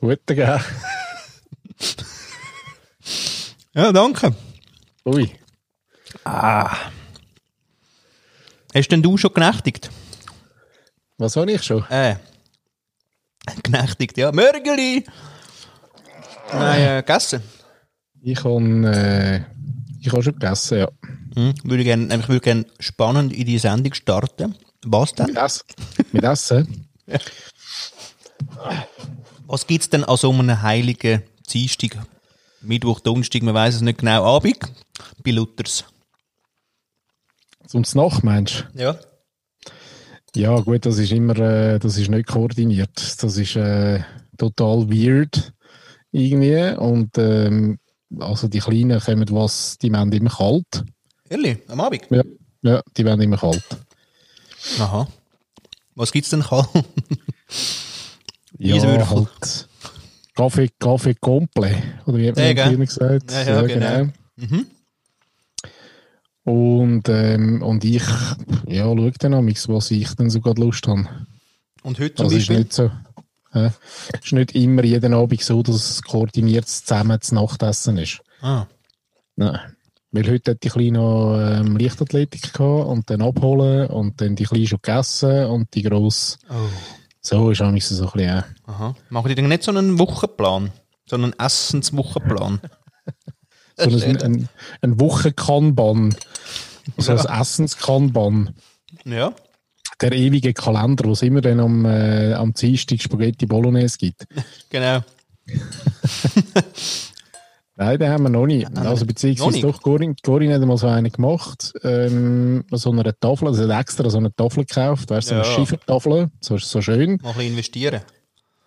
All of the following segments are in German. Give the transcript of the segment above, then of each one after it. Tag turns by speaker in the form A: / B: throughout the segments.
A: Gut, gell?
B: Ja, danke.
A: Ui.
B: Ah. Hast denn du schon genächtigt?
A: Was habe ich schon?
B: Äh. Genächtigt, ja. Mörgeli! Nein, äh, gegessen.
A: Ich habe äh, ich habe schon gegessen, ja.
B: Hm, würde gern, ich würde gerne spannend in die Sendung starten. Was denn?
A: Mit Essen. Mit Essen.
B: Was gibt es denn an so einem heiligen Dienstag, Mittwoch, Donnerstag, man weiß es nicht genau, Abend, bei Luthers?
A: Zum Znach, meinst
B: Ja.
A: du? Ja, gut, das ist immer, äh, das ist nicht koordiniert. Das ist äh, total weird irgendwie. Und ähm, also die Kleinen kommen was, die wollen immer kalt.
B: Ehrlich, am Abend?
A: Ja, ja die wollen immer kalt.
B: Aha. Was gibt es denn kalt?
A: Ja,
B: Eiswürfel.
A: halt. Kaffee, Kaffee komplett. Oder wie hat
B: Ja,
A: man
B: gell?
A: ja, gesagt?
B: Ja, ja, genau. Mhm.
A: Und, ähm, und ich, ja, schau dann an, was ich dann so gerade Lust habe.
B: Und heute zum
A: Also ist
B: Beispiel?
A: nicht so. Äh, ist nicht immer jeden Abend so, dass es koordiniert zusammen zu Nachtessen ist.
B: Ah.
A: Nein. Weil heute hat die Kleine noch ähm, Leichtathletik gehabt und dann abholen und dann die Kleine schon gegessen und die Grosse.
B: Oh.
A: So ist auch so ein bisschen. Äh,
B: Aha. Machen die denn nicht so einen Wochenplan? So einen Essenswochenplan?
A: so ein, ein, ein Wochenkanban. So ein Essenskanban.
B: Ja.
A: Der ewige Kalender, wo es immer dann am, äh, am Dienstag Spaghetti Bolognese gibt.
B: Genau.
A: Nein, den haben wir noch nicht. Also
B: Noch
A: beziehungsweise
B: nicht?
A: doch, Corinne, Corinne hat mal so einen gemacht, ähm, so eine Tafel, also sie hat extra so eine Tafel gekauft, weißt du, so eine
B: Ja.
A: Schiefertafel, so, so schön.
B: Mal ein bisschen investieren.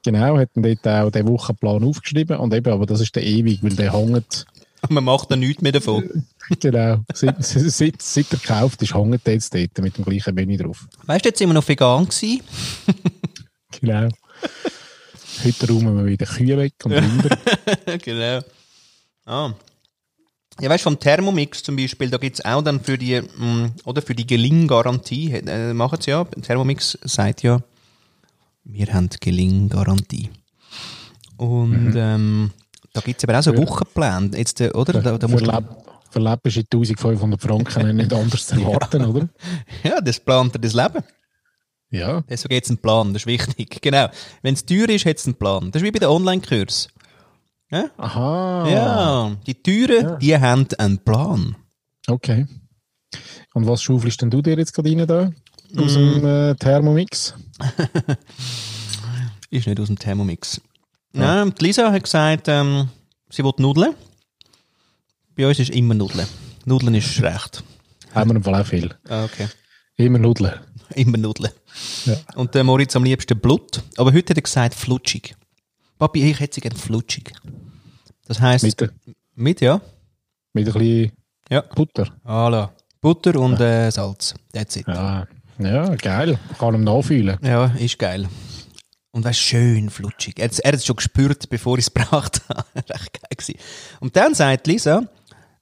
A: Genau, hat dann dort auch den Wochenplan aufgeschrieben und eben, aber das ist der ewig, weil der hängt,
B: Und man macht dann nichts mehr davon.
A: genau, seit, seit, seit er gekauft ist, hängt der jetzt dort mit dem gleichen Menü drauf.
B: Weißt du, jetzt sind wir noch vegan gewesen.
A: Genau. Heute räumen wir wieder Kühe weg und Rinder.
B: genau. Ah. Ja, weißt du, vom Thermomix zum Beispiel, da gibt es auch dann für die, mm, oder für die Gelinggarantie, äh, machen sie ja, Thermomix sagt ja, wir haben die Gelinggarantie. Und
A: Mhm.
B: ähm, da gibt es aber auch so Wochenpläne, jetzt, äh, oder? Da, da
A: Für
B: musst du,
A: Leb- für Leben ist in 1500 Franken nicht anders zu erwarten, oder?
B: ja, das plant er das Leben.
A: Ja.
B: Deswegen gibt es einen Plan, das ist wichtig. Genau. Wenn es teuer ist, hat es einen Plan. Das ist wie bei den Online-Kursen. Ja?
A: Aha.
B: ja, die Teuren, die haben einen Plan.
A: Okay. Und was schaufelst denn du dir jetzt gerade rein da? Aus
B: Mm.
A: dem äh, Thermomix?
B: Ist nicht aus dem Thermomix. Nein, die Lisa hat gesagt, ähm, sie will Nudeln. Bei uns ist immer Nudeln. Nudeln ist schlecht.
A: Haben wir im Fall auch viel.
B: Ah, okay.
A: Immer Nudeln.
B: Immer Nudeln.
A: Ja.
B: Und der Moritz am liebsten Blut. Aber heute hat er gesagt, flutschig. Papi, ich hätte sie gerne flutschig. Das heisst,
A: Mit, mit
B: mit, ja.
A: ein bisschen
B: Ja.
A: Butter.
B: Voilà. Butter und äh, Salz. That's it.
A: Ja. ja, geil. Kann ihm nachfühlen.
B: Ja, ist geil. Und weißt schön flutschig. Er, hat's- er hat es schon gespürt, bevor ich es gebracht habe. Recht geil gewesen. Und dann sagt Lisa, dann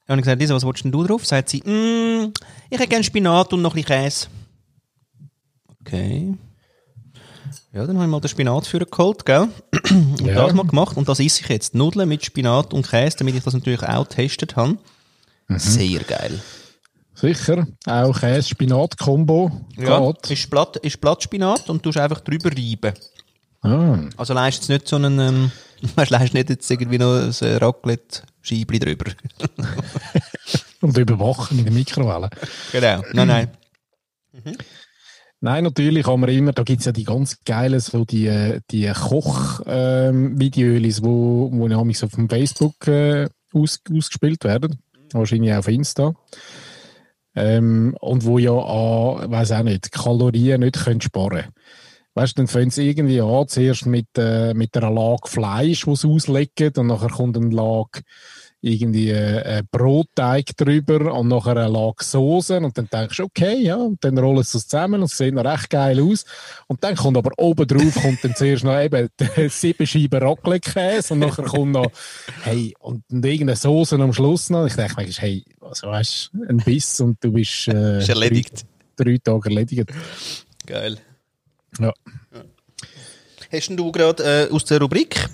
B: habe ich gesagt, Lisa, was willst denn du drauf? Sagt sie, mm, ich hätte gerne Spinat und noch ein bisschen Käse. Okay. Ja, dann habe ich mal den Spinat für geholt, gell? Und
A: Ja.
B: das mal gemacht. Und das esse ich jetzt. Nudeln mit Spinat und Käse, damit ich das natürlich auch getestet habe. Sehr geil.
A: Sicher. Auch Käse-Spinat-Kombo
B: Ja,
A: geht.
B: ist platt, ist Blattspinat und tust einfach drüber reiben.
A: Ah.
B: Also leist jetzt nicht so einen, ähm, weisst, leist nicht jetzt irgendwie noch ein äh, Raclette-Scheibli drüber.
A: Und überwachen in der Mikrowelle.
B: genau. Nein, nein.
A: Nein, natürlich haben wir immer, da gibt es ja die ganz geilen, so die, äh, die Koch-Videos, wo, wo nämlich so auf dem Facebook äh, aus, ausgespielt werden. Wahrscheinlich auch auf Insta. Ähm, und wo ja an, weiß auch nicht, Kalorien nicht können sparen Weißt du, dann fängt es irgendwie an, zuerst mit, äh, mit einer Lage Fleisch, die sie auslegen, und nachher kommt eine Lage irgendwie äh, äh, Brotteig drüber und nachher eine Lage Soße und dann denkst du, okay, ja, und dann rollen sie es zusammen und es sieht noch recht geil aus. Und dann kommt aber oben drauf, kommt dann zuerst noch eben die sieben Scheiben Raclette-Käse und nachher kommt noch, hey, und, und irgendeine Soße am Schluss noch. Ich denke, manchmal, hey, also weißt du, ein Biss und du bist äh,
B: Ist erledigt.
A: Drei, drei Tage erledigt.
B: Geil.
A: Ja.
B: Hast denn du gerade äh, aus der Rubrik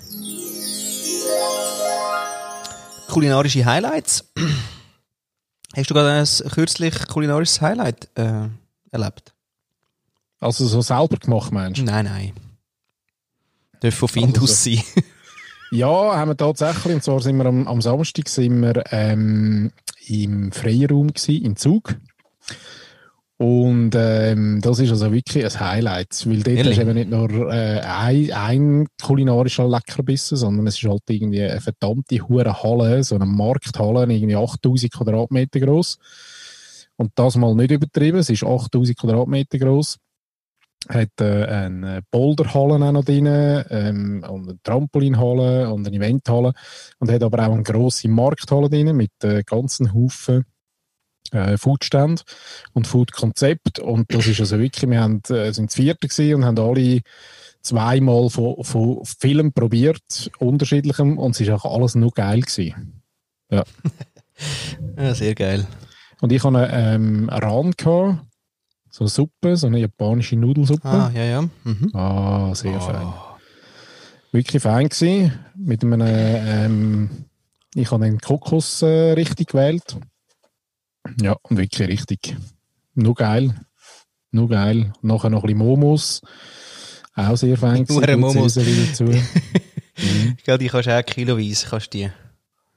B: kulinarische Highlights. Hast du gerade ein kürzlich kulinarisches Highlight äh, erlebt?
A: Also so selber gemacht, meinst du?
B: Nein, nein. Dürfen von Findus
A: Also
B: sein.
A: Ja, haben wir tatsächlich. Und zwar sind wir am, am Samstag sind wir, ähm, im Freiraum gewesen, im Zug. Und ähm, das ist also wirklich ein Highlight, weil dort
B: Ehrlich?
A: ist eben nicht nur äh, ein, ein kulinarischer Leckerbissen, sondern es ist halt irgendwie eine verdammte hure Halle, so eine Markthalle, irgendwie 8000 Quadratmeter groß. Und das mal nicht übertrieben, es ist 8000 Quadratmeter groß. Hat äh, eine Boulderhalle auch noch drin, ähm, und eine Trampolinhalle und eine Eventhalle. Und hat aber auch eine grosse Markthalle drin mit äh, ganzen Haufen äh, Foodstand und Foodkonzept. Und das ist also wirklich, wir haben, äh, sind das vierte gewesen und haben alle zweimal von, von Film probiert, unterschiedlichem, und es ist auch alles nur geil gewesen.
B: Ja, Ah, sehr geil.
A: Und ich hatte ähm, einen Ran, gehabt, so eine Suppe, so eine japanische Nudelsuppe.
B: Ah,
A: Ah,
B: ja, ja. Mhm.
A: sehr
B: Oh.
A: fein. Wirklich fein gewesen, mit einem, ähm, ich habe den Kokos äh, richtig gewählt. Ja, und wirklich richtig. Nur geil. Nur geil. Nachher noch ein bisschen Momos. Auch sehr fein gewesen.
B: Hure
A: mit
B: Momos.
A: Zwiebeln dazu. mhm.
B: Gell, die kannst du auch kiloweise, kannst die,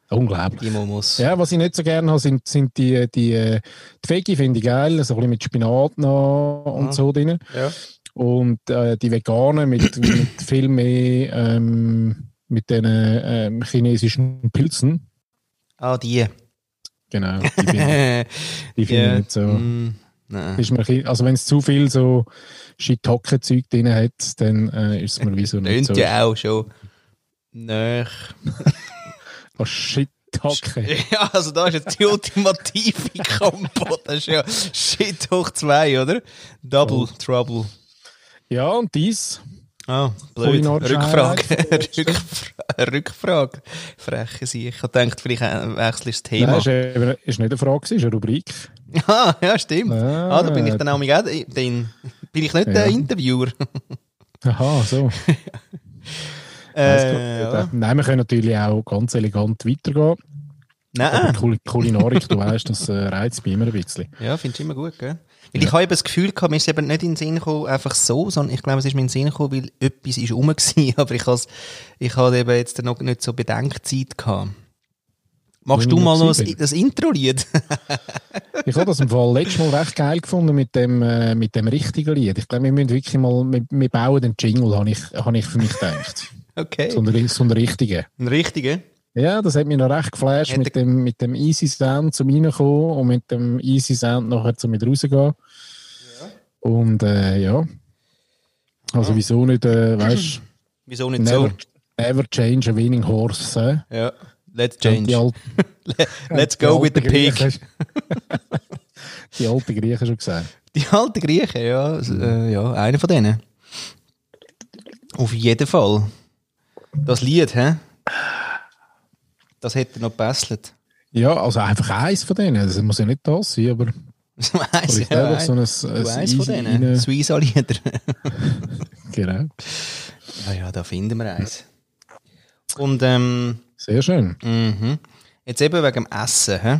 A: Unglaublich.
B: die Momos.
A: Ja, was ich nicht so gerne habe, sind, sind die, die, äh, die Veggie finde ich geil, so ein bisschen mit Spinat noch und
B: Ah.
A: so drin.
B: Ja.
A: Und äh, die Veganen mit, mit viel mehr, ähm, mit den ähm, chinesischen Pilzen.
B: Ah, die.
A: Genau, die finde
B: Äh,
A: ich, die finde ich nicht so.
B: mm, nein.
A: Ist mir ein bisschen- also wenn es zu viel so Shiitake-Zeug drin hat, dann äh, ist es mir wie so nicht
B: Tönt
A: so.
B: ja auch schon. Nöch.
A: Oh, Shiitake.
B: Ja, nou also da ist jetzt die ultimative Kombo. Das ist ja Shit hoch zwei, oder?
A: Oh.
B: Double Trouble.
A: Ja, und dies.
B: Ah, blöd.
A: Kulinarische
B: Rückfrage. Rückfra- Rückfrage. Freche sie. Ich habe gedacht, vielleicht äh, wechselst du
A: Nein,
B: das
A: ist, äh,
B: Thema.
A: eben- ist nicht eine Frage, gewesen, ist eine Rubrik.
B: Ah, ja, stimmt.
A: Ah.
B: Ah, da bin ich dann auch mal gell, dann bin ich nicht der
A: Ja.
B: Interviewer.
A: Aha, so. Alles gut,
B: Äh,
A: gut,
B: ja.
A: ja. Nein, wir können natürlich auch ganz elegant weitergehen. Aber
B: Nein.
A: Kul Kulinarik, du weißt, das äh, reizt mich immer ein bisschen.
B: Ja, finde ich immer gut, gell? Weil ich habe eben das Gefühl gehabt, mir ist eben nicht in den Sinn gekommen, einfach so, sondern ich glaube, es ist mir in den Sinn gekommen, weil etwas ist rum gewesen, aber ich habe ich habe eben jetzt noch nicht so Bedenkzeit gehabt. Machst
A: Wenn
B: du
A: ich
B: mal
A: noch
B: noch
A: gewesen
B: ein,
A: bin.
B: das Intro-Lied?
A: Ich habe das im Fall letztes Mal recht geil gefunden mit dem, äh, mit dem richtigen Lied. Ich glaube, wir müssen wirklich mal, wir, wir bauen den Jingle, habe ich, habe ich für mich gedacht. so,
B: Okay.
A: einen, so einen richtigen.
B: Ein richtiger?
A: Ja, das hat mich noch recht geflasht
B: Hat
A: mit
B: er-
A: dem, mit dem Easy Sound zum Reinkommen und mit dem Easy Sound nachher zum mit rausgehen. Und äh, ja. Also
B: Ah.
A: wieso nicht, äh, weißt
B: Wieso
A: du,
B: nicht so?
A: never, never change a winning horse. Äh?
B: Ja. Let's
A: Und Die
B: change.
A: alte,
B: Let's
A: die
B: go
A: alte
B: with the pig.
A: Griechen- die alte Griechen schon gesagt.
B: Die alte Griechen, ja. s- Äh, ja, einer von denen. Auf jeden Fall. Das Lied, hä? Das hätte noch gebesselt.
A: Ja, also einfach eins von denen. Das muss ja nicht das sein, aber
B: Das weiss
A: vielleicht
B: ja,
A: einfach so ein,
B: Du
A: ein
B: eins von
A: easy
B: denen.
A: rein-
B: Swiss Lieder.
A: Genau.
B: Ah ja, ja, da finden wir eins. Und ähm,
A: Sehr schön.
B: mhm. jetzt eben wegen dem Essen, hä?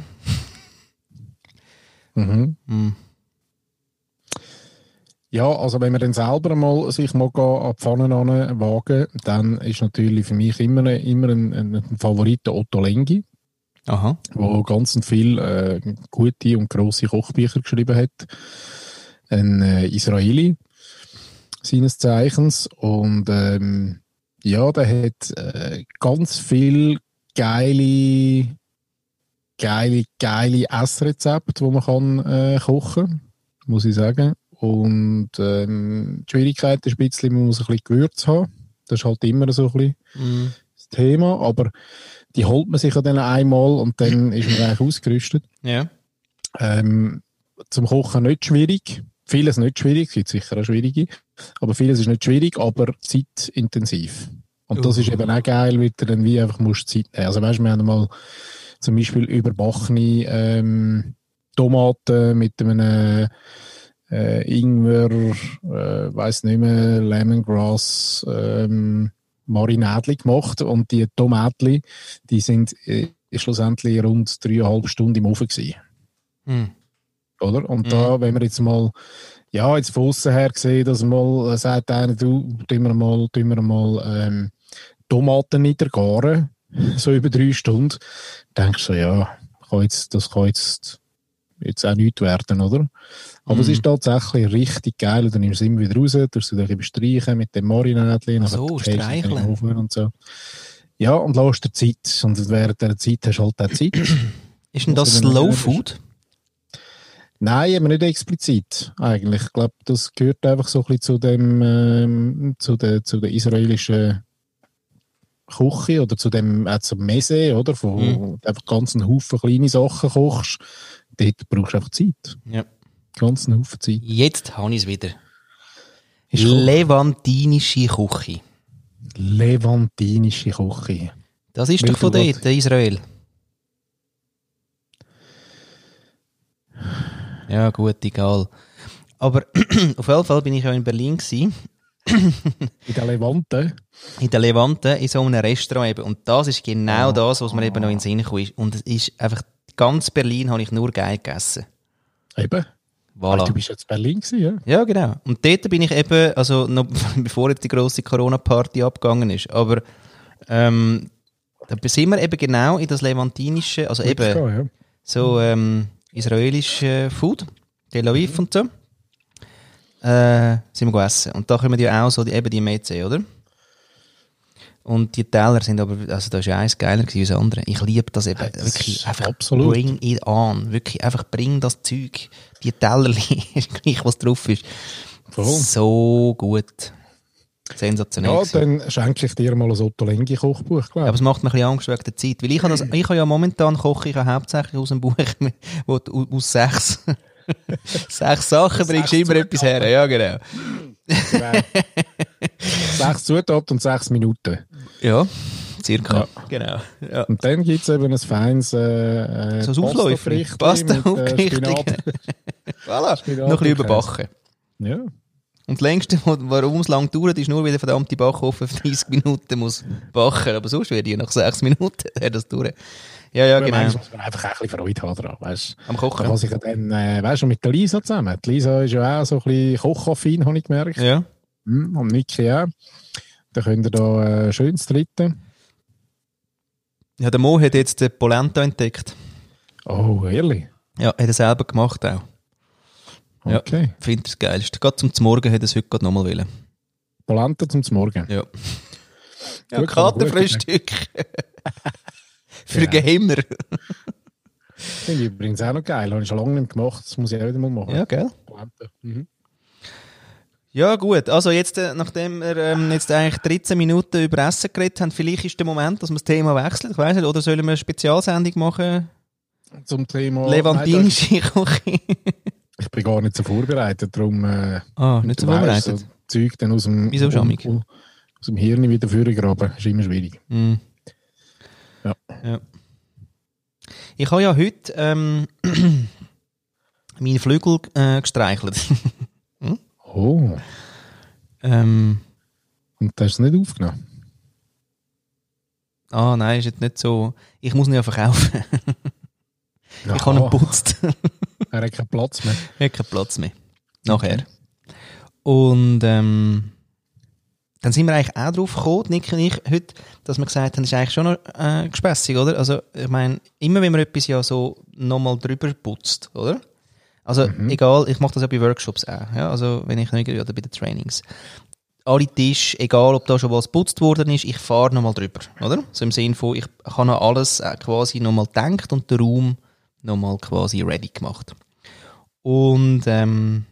A: Mhm.
B: Mhm.
A: Ja, also wenn man dann selber mal sich mal gehen, an die Pfanne ran wagen, dann ist natürlich für mich immer, immer ein, ein, ein Favorit der Otto Lengi.
B: Aha.
A: wo ganz viel äh, gute und grosse Kochbücher geschrieben hat. Ein äh, Israeli seines Zeichens. Und ähm, ja, der hat äh, ganz viel geile, geile, geile Essrezepte, die man kann äh, kochen, muss ich sagen. Und ähm, die Schwierigkeit ist ein bisschen, man muss ein bisschen Gewürz haben. Das ist halt immer so ein bisschen
B: Mhm.
A: das Thema, aber die holt man sich ja dann einmal und dann ist man eigentlich ausgerüstet.
B: Ja.
A: Ähm, zum Kochen nicht schwierig. Vieles nicht schwierig, es gibt sicher auch schwierige, aber vieles ist nicht schwierig, aber zeitintensiv. Und das
B: Uh.
A: ist eben auch geil, weil du dann wie einfach musst Zeit nehmen. Also weißt, wir haben mal zum Beispiel überbachene ähm, Tomaten mit einem äh, Ingwer, äh, weiß nicht mehr, Lemongrass, ähm, Marinadli gemacht und die Tomatli, die sind äh, ist schlussendlich rund dreieinhalb Stunden im Ofen gewesen.
B: Hm.
A: Oder? Und
B: Mhm.
A: da, wenn wir jetzt mal, ja, jetzt von außen her sehen, dass mal äh, sagt einer, du, tun wir mal, tun wir mal ähm, Tomaten niedergaren, so über drei Stunden, denkst du so, ja, kann jetzt, das kann jetzt, jetzt auch nichts werden, oder? Aber es
B: Mhm.
A: ist tatsächlich richtig geil, und dann nimmst du es immer wieder raus, tust du dich bestreichen mit dem Marinade,
B: Ach so, streicheln.
A: und so. Ja, und lässt dir Zeit, und während der Zeit hast du halt auch Zeit.
B: Ist denn
A: Was
B: das
A: du dann
B: Slow
A: hörst.
B: Food?
A: Nein, aber nicht explizit eigentlich. Ich glaube, das gehört einfach so ein bisschen zu, dem, ähm, zu, der, zu der israelischen Küche oder zu dem, auch zum Mese, oder? Von
B: Mhm.
A: wo du einfach ganzen Haufen kleine Sachen kochst. Dort brauchst du einfach Zeit.
B: Ja.
A: Ganzen Haufen Zeit.
B: Jetzt habe ich es wieder.
A: Ist cool.
B: Levantinische Küche.
A: Levantinische Küche.
B: Das ist
A: Weil
B: doch von
A: du
B: dort, Israel. Ja, gut, egal. Aber auf jeden Fall bin ich ja in Berlin gewesen,
A: In der Levante.
B: in der Levante, in so einem Restaurant eben. Und das ist genau das, was mir eben noch in den Sinn gekommen ist. Und es ist einfach, ganz Berlin habe ich nur geil gegessen.
A: Eben.
B: Voilà.
A: Du bist jetzt in Berlin gewesen, ja?
B: Ja, genau. Und dort bin ich eben, also noch bevor jetzt die grosse Corona-Party abgegangen ist, aber ähm, da sind wir eben genau in das Levantinische, also eben
A: Ja, ja.
B: so ähm, israelische eh, Food, Tel
A: Mhm.
B: Aviv und so, äh, sind wir gegessen. Und da kommen ja auch so die, eben die Meze, oder? Und die Teller sind aber, also da ist ja eins geiler gewesen als das andere. Ich liebe das eben.
A: Ja, das
B: wirklich,
A: ist
B: einfach
A: absolut.
B: bring it on. Wirklich, einfach bring das Zeug. Die Tellerli, ist gleich was drauf ist.
A: Voll.
B: So gut. Sensationell.
A: Ja,
B: gewesen.
A: dann schenke ich dir mal ein Otto Lengi Kochbuch,
B: Ja, aber
A: glaube
B: es macht mir ein bisschen Angst wegen der Zeit. Weil ich, habe das, ich habe ja momentan koche ich ja hauptsächlich aus einem Buch, wo du au- aus sechs, sechs Sachen bringst
A: Sechs
B: immer etwas her. Ja, genau.
A: ich. Genau. sechs Zutaten und sechs Minuten.
B: Ja, circa. Genau. Ja.
A: Und dann gibt es eben ein feines äh, äh,
B: So ein Aufläufer.
A: Pasta-Frichtli
B: Pasta
A: mit,
B: und
A: äh,
B: Gerichtig.
A: Spinat.
B: voilà.
A: Spinat
B: Noch ein bisschen
A: und
B: überbacken.
A: Ja,
B: Und das längste, wo- warum es lang dauert, ist nur, weil der verdammte Backofen für 30 Minuten muss backen. Aber sonst würde ich nach 6 Minuten wäre das durch. Ja, ja,
A: aber
B: genau.
A: manchmal muss man einfach auch ein bisschen Freude haben dran, weißt
B: Am
A: du. Man kann
B: Kochen.
A: sich ja dann, äh, weißt du, mit der Lisa zusammen. Die Lisa ist ja auch so ein bisschen kochaffin, habe ich gemerkt.
B: Ja.
A: Hm, Und Niki auch. Da könnt ihr da äh, schön tritten.
B: ja, der Mo hat jetzt den Polenta entdeckt.
A: Oh, ehrlich?
B: Ja, hat er selber gemacht auch. Ja.
A: Okay.
B: finde ich das Geilste. Gerade zum Morgen hätte es heute gerade nochmal wollen.
A: Polenta zum Morgen.
B: Ja.
A: Ja,
B: ja
A: gut, aber gut,
B: Katerfrühstück. Für
A: Ja.
B: Gamer.
A: Finde ich übrigens auch noch geil. Habe ich schon lange nicht mehr gemacht. Das muss ich auch wieder mal machen.
B: Ja, gell?
A: Polenta. Mhm.
B: Ja, gut. Also, jetzt, äh, nachdem wir ähm, jetzt eigentlich 13 Minuten über Essen geredet haben, vielleicht ist der Moment, dass wir das Thema wechseln. Ich weiß nicht, oder sollen wir eine Spezialsendung machen?
A: Zum
B: Oh,
A: Thema... Nein,
B: Levantinische Küche.
A: da- ich bin gar nicht so vorbereitet, darum... Äh,
B: Ah, nicht so
A: Du weißt,
B: vorbereitet.
A: So Zeug dann aus dem, um,
B: Wieso, Schamig?
A: aus dem Hirn wieder vorgraben. Ist immer schwierig.
B: Mm.
A: Ja.
B: ja. Ich habe ja heute ähm, meinen Flügel äh, gestreichelt.
A: Oh,
B: ähm,
A: und das hast du nicht aufgenommen.
B: Ah, nein, ist jetzt nicht so. Ich muss ihn ja verkaufen. Ich habe ihn geputzt.
A: Er hat keinen Platz mehr.
B: ich habe keinen Platz mehr. Nachher. Und ähm, dann sind wir eigentlich auch drauf gekommen, Nick und ich, heute, dass wir gesagt haben, das ist eigentlich schon noch äh, gespässig, oder? Also, ich meine, immer wenn man etwas ja so nochmal drüber putzt, oder? Also, egal, ich mache das ja bei Workshops auch. Ja? Also, wenn ich irgendwie oder bei den Trainings. Alle Tische, egal ob da schon was geputzt worden ist, ich fahre nochmal drüber, oder? So im Sinne von, ich habe noch alles äh, quasi nochmal gedacht und den Raum nochmal quasi ready gemacht. Und ähm,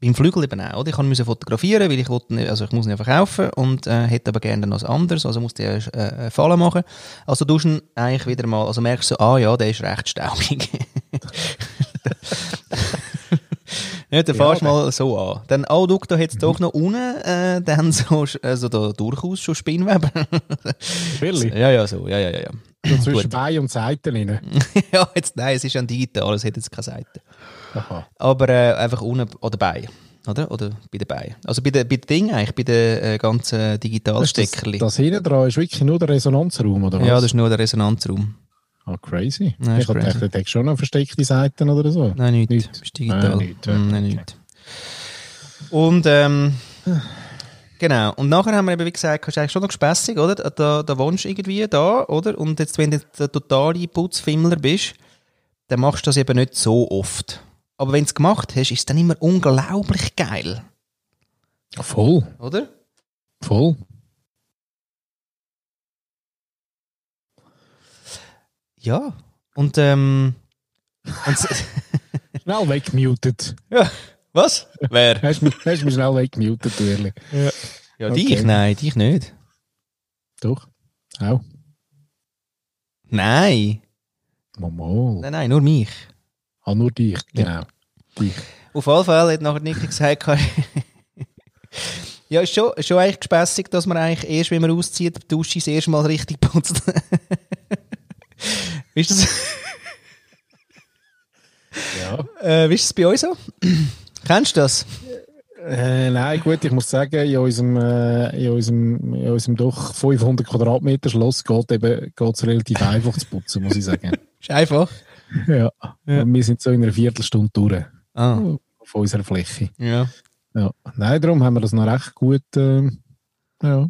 B: beim Flügel eben auch, oder? Ich musste fotografieren, weil ich, wollte, nicht- also ich muss ihn ja verkaufen und äh, hätte aber gerne noch was anderes, also musste ich äh, eine Falle machen. Also du ihn eigentlich wieder mal, also merkst du, so, ah ja, der ist recht staubig. ja, dann fährst du mal so an. Dann, oh, du, da hat es doch noch unten, äh, dann so, also da durchaus schon Spinnweben.
A: Willi,
B: ja, ja, so, ja, ja, ja, ja.
A: so zwischen Bein und Seiten
B: Mhm.
A: rein.
B: ja, jetzt, nein, es ist ja ein Digital, es hat jetzt keine Seite.
A: Aha.
B: Aber äh, einfach ohne oder bei. oder? Oder bei den Beinen. Also bei den, bei den Dingen eigentlich, bei den äh, ganzen
A: Das, das,
B: Digitalsteckerli.
A: das hinten dran ist wirklich nur der Resonanzraum, oder was?
B: ja, das ist nur der Resonanzraum.
A: Ah, crazy.
B: Nein,
A: ich
B: ist
A: hab
B: crazy.
A: gedacht, da hättest du schon noch versteckte Seiten oder so.
B: Nein, nicht.
A: Nicht.
B: Das ist digital.
A: Ah, nicht, ja.
B: Mm, Nein, nicht. Und ähm, genau. Und nachher haben wir eben, wie gesagt, hast du eigentlich schon noch spässig, oder? Da, da wohnst du irgendwie da, oder? Und jetzt, wenn du jetzt der totale Putzfimmler bist, dann machst du das eben nicht so oft. Aber wenn du es gemacht hast, ist es dann immer unglaublich geil,
A: Voll,
B: oder?
A: voll.
B: Ja. Und ähm. Und s-
A: Schnell wegmutet.
B: was? Wer?
A: Hast mich, hast mich schnell wegmutet, du ehrlich.
B: Ja,
A: Okay.
B: dich? Nein, dich nicht.
A: Doch. Auch.
B: Nein.
A: Mal.
B: Nein, nein, nur mich.
A: Ah, nur dich. Genau. Dich.
B: Auf alle Fälle hat nachher Niki gesagt, ja, ist schon, ist schon eigentlich gespässig, dass man eigentlich erst, wenn man auszieht, die Dusche das erste Mal richtig putzt. wie, ist das,
A: Ja.
B: äh, wie ist das bei euch so? Kennst du das?
A: Äh, nein, gut, ich muss sagen, in unserem, äh, in unserem, in unserem doch 500 Quadratmeter Schloss geht eben, geht's relativ einfach zu putzen, muss ich sagen.
B: Ist einfach.
A: ja. Und wir sind so in einer Viertelstunde durch
B: Ah,
A: auf unserer Fläche.
B: ja.
A: Ja. Nein, darum haben wir das noch recht gut. ähm, ja.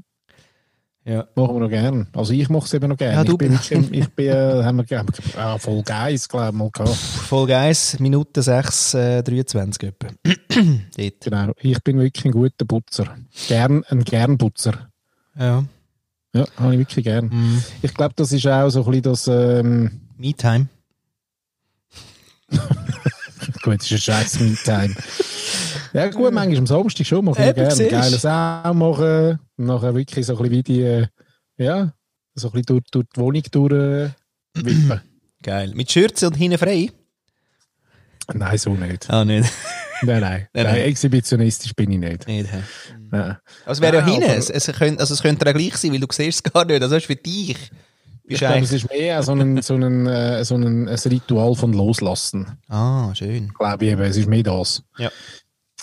B: Ja.
A: Machen wir noch gerne. Also ich mache es eben noch gerne.
B: Ja, du
A: ich bin, ich bin, ich bin äh, haben wir, haben wir ah, voll Geist, glaube ich, mal gehabt.
B: Folge 1, Minute 6, äh, 23 etwa. Dort.
A: Genau. Ich bin wirklich ein guter Putzer. Gern, ein Gernputzer.
B: Ja.
A: Ja, habe ich wirklich gern.
B: Mm.
A: Ich glaube, das ist auch so ein bisschen das... Ähm,
B: Me-Time.
A: Gut, das ist ein scheiß Me-Time. ja, gut, manchmal am Samstag schon. Mache ich noch
B: Eben,
A: gerne.
B: siehst.
A: Geiles auch machen. Und nachher wirklich so ein bisschen wie die, äh, ja, so ein bisschen durch, durch die Wohnung durch, äh, wippen.
B: Geil. Mit Schürze und hinten frei?
A: nein, so nicht.
B: Ah, nicht.
A: Nein, nein. nein,
B: Nein, nein.
A: Exhibitionistisch bin ich nicht.
B: nicht. hä?
A: Nein.
B: Also es wäre ja
A: Nein,
B: hinten.
A: aber-
B: Es, es, könnte, also es könnte ja gleich sein, weil du siehst es gar nicht. Also es ist für dich.
A: Ich
B: Bist
A: glaube, es
B: eigentlich...
A: ist mehr so ein, so ein, äh, so ein, ein Ritual von Loslassen.
B: Ah, schön.
A: Glaube ich eben. Es ist mehr das.
B: Ja.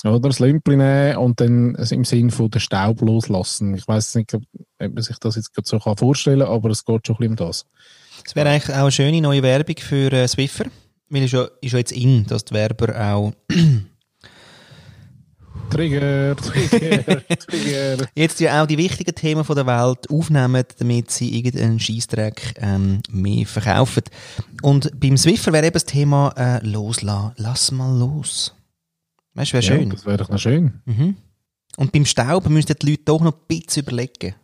A: Oder das Lümpli nehmen und dann also im Sinn von den Staub loslassen. Ich weiß nicht, ob ob man sich das jetzt gerade so kann vorstellen kann, aber es geht schon ein bisschen um das.
B: Es wäre eigentlich auch eine schöne neue Werbung für äh, Swiffer. Weil es ist ja, ist ja jetzt in, dass die Werber auch...
A: Trigger, Trigger, Trigger.
B: Jetzt ja auch die wichtigen Themen von der Welt aufnehmen, damit sie irgendeinen Scheissdreck ähm, mehr verkaufen. Und beim Swiffer wäre eben das Thema äh, «Loslassen». Lass mal los. Weißt du, wäre
A: Ja,
B: schön.
A: das wäre doch noch schön.
B: Mhm. Und beim Staub müssen die Leute doch noch ein bisschen überlegen.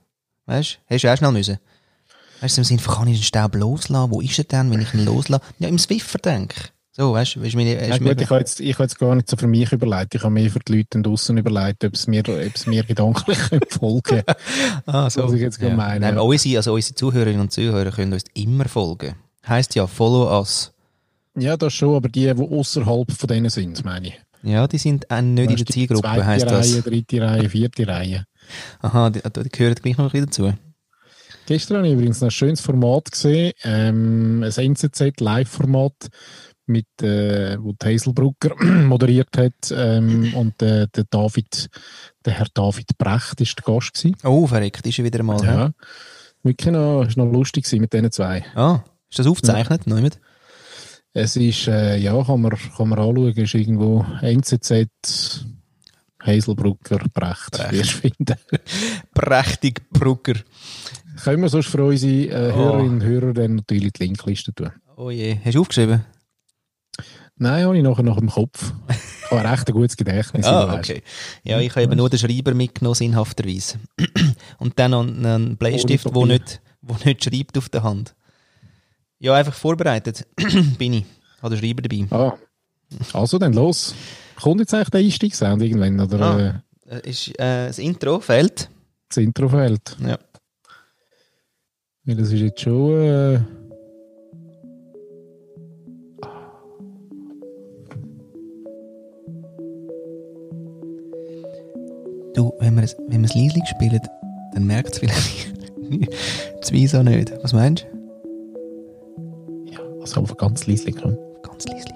B: Weißt du? Hast du auch schnell müssen. Weißt du, im Sinne, von, kann ich den Staub loslassen? Wo ist er denn, wenn ich ihn loslasse? Ja, im Swiffer denke. So, weißt du, weißt du, meine,
A: Ja,
B: weißt du,
A: gut, ich habe jetzt, ich habe jetzt gar nicht so für mich überlegt. Ich habe mehr für die Leute draußen überlegt, ob es mir, ob es mir gedanklich folgen könnte.
B: ah,
A: so. was ich jetzt gerade meine,
B: Nein,
A: ja.
B: aber unsere, also unsere Zuhörerinnen und Zuhörer können uns immer folgen. Heißt ja, follow us.
A: Ja, das schon, aber die, die außerhalb von denen sind, meine ich.
B: Ja, die sind auch nicht in
A: Weißt
B: der
A: du,
B: Zielgruppe,
A: Zweite
B: heisst
A: Reihe,
B: das.
A: dritte Reihe, vierte Reihe.
B: Aha, die, die gehören gleich noch ein bisschen dazu.
A: Gestern habe ich übrigens noch ein schönes Format gesehen, ähm, ein NZZ-Live-Format, mit, äh, wo die Haselbrucker moderiert hat ähm, und äh, der David, der Herr David Brecht ist der Gast gewesen.
B: Oh, verreckt, ist er wieder mal. hä?
A: Ja. Wirklich noch, ist noch lustig gewesen mit diesen zwei.
B: Ah, ist das aufgezeichnet? Nein, mit?
A: Es ist, äh, ja, kann man, kann man anschauen, ist irgendwo NZZ, Haselbrucker, Brecht,
B: Brecht.
A: wirst du finden.
B: Prächtig Brugger.
A: Können wir sonst für unsere äh,
B: Oh.
A: Hörerinnen und Hörer dann natürlich die Linkliste tun?
B: Oh je, hast du aufgeschrieben?
A: Nein, habe ich nachher noch im Kopf. Ich habe recht ein gutes Gedächtnis. wie du
B: Ah,
A: weißt.
B: okay. Ja, ich habe eben nur den Schreiber mitgenommen, sinnhafterweise. Und dann noch einen- einen Bleistift, der
A: Papier.
B: nicht, wo nicht schreibt auf der Hand. Ja, einfach vorbereitet bin ich. Habe den Schreiber dabei.
A: Ah. Also, dann los. Kommt jetzt eigentlich der Einstiegssound irgendwann oder
B: Ah.
A: äh,
B: Äh, Ist, äh, das Intro fehlt.
A: das Intro fehlt?
B: Ja.
A: Weil das ist jetzt schon. Äh,
B: Du, wenn wir es, wenn wir es leise spielen, dann merkt es vielleicht zwei so nicht. Was meinst du?
A: ja, also einfach ganz leise.
B: Ganz leise.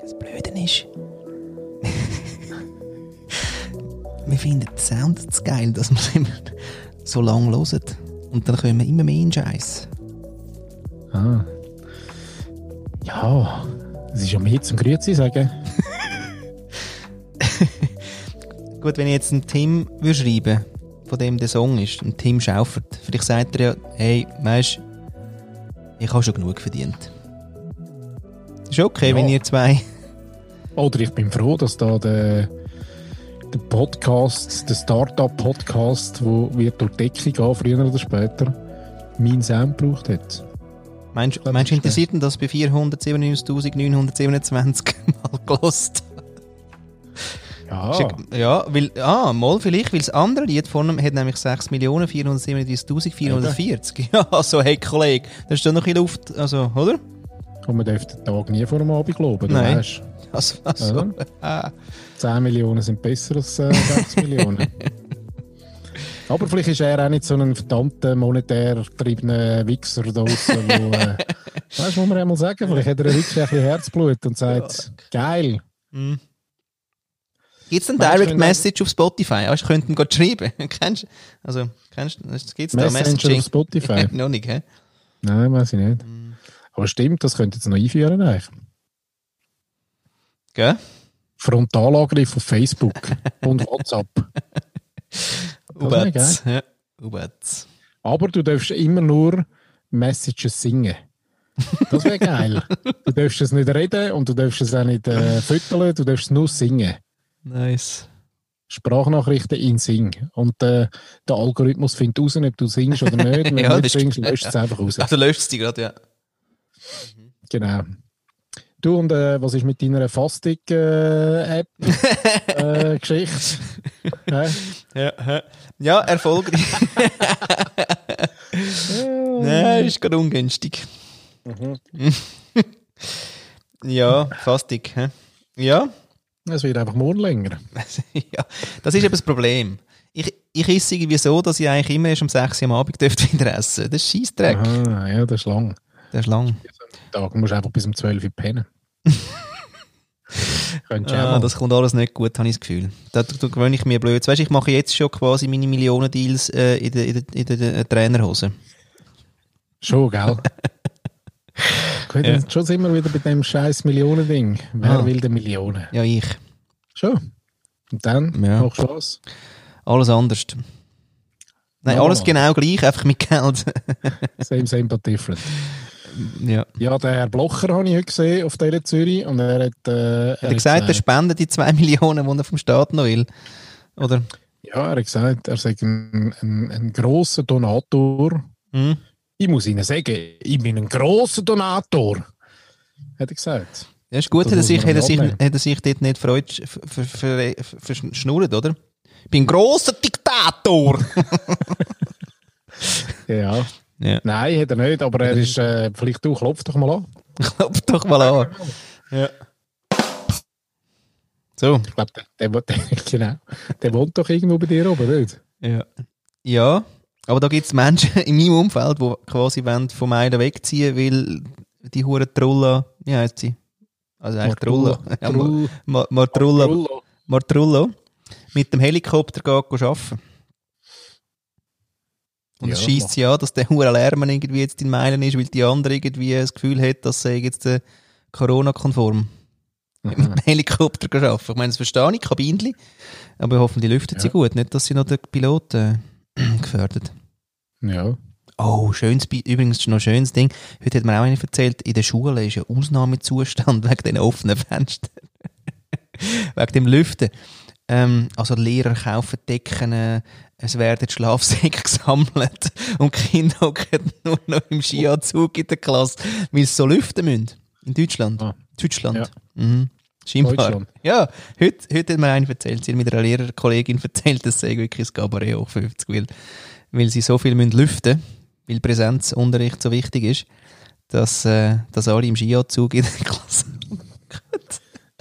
B: Das Blöde ist, wir finden den Sound zu geil, dass wir es immer so lange hören. Und dann können wir immer mehr in Scheiß.
A: Ah. Ja, es ist ja mehr zum Grüezi sagen.
B: Gut, wenn ich jetzt einen Tim würde schreiben von dem der Song ist, ein Tim Schaufert, vielleicht sagt er ja, hey, weisst ich habe schon genug verdient. Ist okay,
A: Ja.
B: wenn ihr zwei...
A: Oder ich bin froh, dass da der, der Podcast, der Startup-Podcast, wo wird durch die Decke gehen, früher oder später, meinen Sound gebraucht hat.
B: Meinst
A: Das ist
B: meinst du,
A: schlecht.
B: interessiert ihn das bei 497.927 mal gelost?
A: Ja,
B: Ist ja- Ja, weil, ah, mal vielleicht, weil das andere Lied von ihm hat nämlich 6.437.440. Ja, also, hey Kollege, da ist doch noch ein bisschen Luft, also, oder?
A: und man darf den Tag nie vor dem Abend loben, du
B: Nein.
A: weißt.
B: Also, also
A: Ja.
B: ah.
A: 10 Millionen sind besser als äh, 6 Millionen. Aber vielleicht ist er auch nicht so ein verdammter monetär getriebener Wichser da draussen, wo, äh, weißt du, muss man einmal sagen, vielleicht hat er wirklich ein bisschen Herzblut und sagt, geil.
B: Hm. Gibt es eine
A: Meinst du,
B: Direct
A: wenn er-
B: Message auf Spotify? Ah, ich könnte ihn gerade schreiben. kennst du? Also, kennst du? Gibt es da
A: Messenger
B: Messaging?
A: auf Spotify.
B: Noch nicht, hä?
A: Nein, weiß ich nicht.
B: Mhm.
A: Aber stimmt, das könnte jetzt noch einführen eigentlich.
B: Gell?
A: Frontalangriff auf Facebook und WhatsApp. Das wär
B: Ubatz. Ja, Ubatz.
A: Aber du darfst immer nur Messages singen. Das wäre geil. Du darfst es nicht reden und du darfst es auch nicht äh, fütteln, du darfst es nur singen.
B: Nice.
A: Sprachnachrichten in Sing. Und äh, der Algorithmus findet raus, ob du singst oder nicht. Wenn
B: Ja,
A: du nicht
B: das
A: singst,
B: stimmt,
A: löscht es einfach raus.
B: Also löscht es dich gerade, ja.
A: Genau. Du, und äh, was ist mit deiner Fasting-App-Geschichte? Äh, Geschichte? Hä?
B: Ja, hä? ja erfolgreich. Mm. Nein, ist gerade ungünstig.
A: Mhm.
B: Ja, fastig. Hä? Ja.
A: Es wird einfach morgen länger.
B: ja, das ist eben das Problem. Ich, ich esse irgendwie so, dass ich eigentlich immer erst um 6 Uhr am Abend dürfte wieder essen Das ist Scheissdreck.
A: Aha, ja, das ist lang. Also,
B: Das ist lang.
A: Tag musst du einfach bis um 12 Uhr pennen. Könntest du auch
B: Ah,
A: mal.
B: das kommt alles nicht gut, habe ich das Gefühl. Da, da, da gewöhne ich mir blöd. Weißt, ich mache jetzt schon quasi meine Millionen-Deals äh, in der, in der, in der, äh, Trainerhose.
A: Schon, gell? Gut,
B: Ja.
A: dann Schon sind wir wieder bei dem scheiß Millionen-Ding. Wer
B: Ah.
A: will denn Millionen?
B: Ja, ich.
A: Schon. Und dann
B: Ja.
A: machst du was?
B: Alles anders. Nein,
A: Nochmal.
B: alles genau gleich, einfach mit Geld.
A: Same, same, but different.
B: ja.
A: Ja, der Herr Blocher habe ich heute gesehen auf der Zürich und er hat. Äh,
B: Hat er gesagt, er
A: gesagt,
B: spendet die 2 Millionen, die er vom Staat noch will? Oder?
A: ja, er hat gesagt, er sei ein, ein, ein grosser Donator.
B: Hm?
A: Ich muss Ihnen sagen, ich bin ein grosser Donator. Hat er gesagt.
B: Ja, ist gut,
A: Das
B: hat er,
A: muss
B: sich,
A: man
B: hat, er sich,
A: annehmen.
B: hat er sich dort nicht freut, ver, ver, ver, verschnurrt, oder? Ich bin ein grosser Diktator!
A: Ja.
B: ja.
A: Nein, hat er nicht, aber er ist. Äh, vielleicht du, klopf doch mal an.
B: Klopf doch mal an. Ja. So.
A: Ich glaube, der, der, der, genau, der wohnt doch irgendwo bei dir oben, nicht?
B: Ja. Ja, aber da gibt es Menschen in meinem Umfeld, die quasi wollen von Meilen wegziehen weil die hure Trulla, wie heisst sie? Also eigentlich Trulla. Ja, Ma-
A: Trullo.
B: Ma- Martrulla. Martrullo. Mit dem Helikopter geht arbeiten. Und es
A: Ja,
B: schießt sie an, dass der hure Lärm irgendwie jetzt in Meilen ist, weil die andere irgendwie das Gefühl hat, dass sie jetzt äh, Corona-konform mit dem Helikopter arbeiten. Ich meine, das verstehe ich, Kabinli. Aber hoffentlich lüftet sie
A: Ja.
B: gut, nicht, dass sie noch den Piloten äh, gefährdet.
A: Ja.
B: Oh, schönes, Bi- übrigens noch ein schönes Ding. Heute hat mir auch einer erzählt, in der Schule ist ein Ausnahmezustand wegen den offenen Fenstern. wegen dem Lüften. Ähm, also die Lehrer kaufen Decken, äh, es werden Schlafsäcke gesammelt und die Kinder hocken nur noch im Skianzug in der Klasse, weil sie so lüften müssen. In Deutschland.
A: Ah.
B: Deutschland.
A: Ja.
B: Mhm. Scheinbar.
A: Deutschland.
B: Ja, heute, heute hat mir einer erzählt, sie hat mit einer Lehrerkollegin erzählt, das sei wirklich das Gabarett hoch 50, weil, weil sie so viel müssen lüften müssen, weil Präsenzunterricht so wichtig ist, dass, äh, dass alle im Skianzug in der Klasse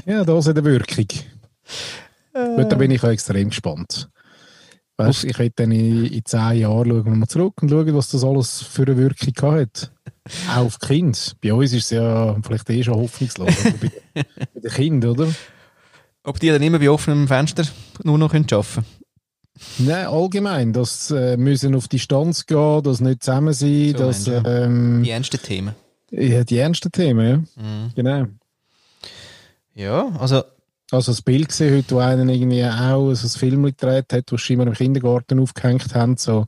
B: Äh.
A: ja, das hat eine Wirkung. Gut, da bin ich auch extrem gespannt. Weißt, ich werde dann in, in zehn Jahren schauen wir mal zurück und schauen, was das alles für eine Wirkung gehabt hat. Auch auf die Kinder. Bei uns ist es ja vielleicht eh schon hoffnungslos. aber bei, bei den Kindern, oder?
B: Ob die dann immer bei offenem Fenster nur noch arbeiten können?
A: Nein, allgemein. Das äh, müssen auf Distanz gehen, das nicht zusammen sein,
B: So
A: das,
B: meinst du,
A: ähm,
B: Die ernsten Themen.
A: ja, die ernsten Themen, ja.
B: Mhm.
A: Genau.
B: Ja, also
A: Also das Bild gesehen heute, wo einer irgendwie auch so ein Film gedreht hat, was scheinbar im Kindergarten aufgehängt haben, so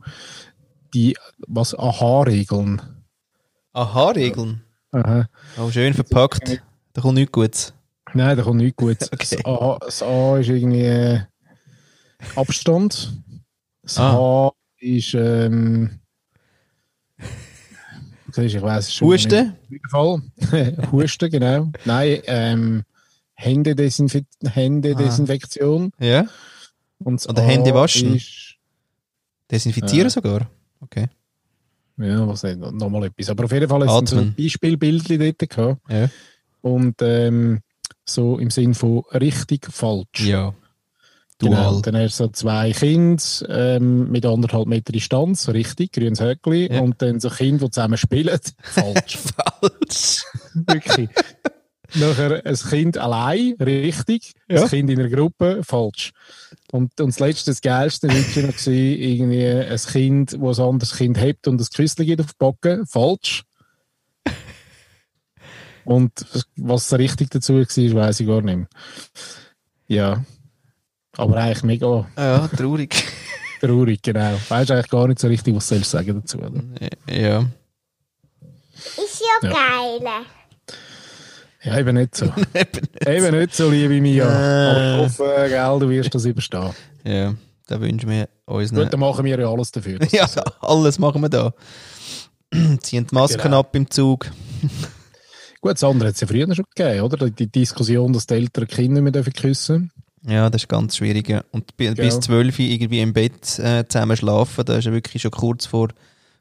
A: die, was, Aha-Regeln.
B: Aha-Regeln.
A: Aha.
B: Oh, schön verpackt. Da kommt nichts Gutes.
A: Nein, da kommt nichts Gutes.
B: Okay.
A: Das, A, das A ist irgendwie äh, Abstand. Das
B: Ah.
A: H ist, ähm, siehst, ich weiß es schon. nicht.
B: Husten?
A: Auf jeden Fall. Husten, genau. Nein, ähm, Händedesinfe
B: Ah.
A: Händedesinfektion.
B: Ja.
A: Und das
B: Oder
A: A
B: Hände waschen.
A: Ist,
B: Desinfizieren
A: Ja.
B: sogar. Okay.
A: ja, was nicht, nochmal etwas. Aber auf jeden Fall hat es so ein
B: Atmen.
A: Beispielbildchen dort gehabt.
B: Ja.
A: Und ähm, so im Sinn von richtig, falsch.
B: Ja.
A: Genau,
B: Dual.
A: dann hast du so zwei Kinder ähm, mit anderthalb Meter Distanz, richtig, grünes Höckli,
B: Ja.
A: und dann so Kinder, die zusammen spielen, falsch,
B: Falsch.
A: wirklich. Nachher ein Kind allein, richtig,
B: Ja.
A: ein Kind in einer Gruppe, falsch. Und, und das letzte, das geilste war wirklich noch, gewesen, irgendwie ein Kind, das ein anderes Kind hebt und das Küsschen geht auf die Backe, falsch. Und was richtig dazu war, weiß ich gar nicht mehr. Ja. Aber eigentlich mega
B: Ja, traurig.
A: Traurig, genau. Weißt eigentlich gar nicht so richtig, was sollst du sagen dazu. Oder?
B: ja.
C: Ist ja,
A: Ja.
C: geil.
A: Ja, eben nicht so. eben nicht so, liebe Mia. Aber
B: Äh.
A: ich hoffe, gell, du wirst das überstehen.
B: Ja. Da wünschen wir uns
A: Gut, dann machen wir ja alles dafür.
B: Ja, alles machen wir da. Ziehen die Masken
A: Genau.
B: ab im Zug.
A: Gut, das andere hat es ja früher schon gegeben, oder? Die Diskussion, dass die Eltern die Kinder nicht mehr dürfen küssen
B: Ja, das ist ganz schwierig. ja. Und bi- bis
A: Genau.
B: 12 Uhr irgendwie im Bett äh, zusammen schlafen, da ist ja wirklich schon kurz vor,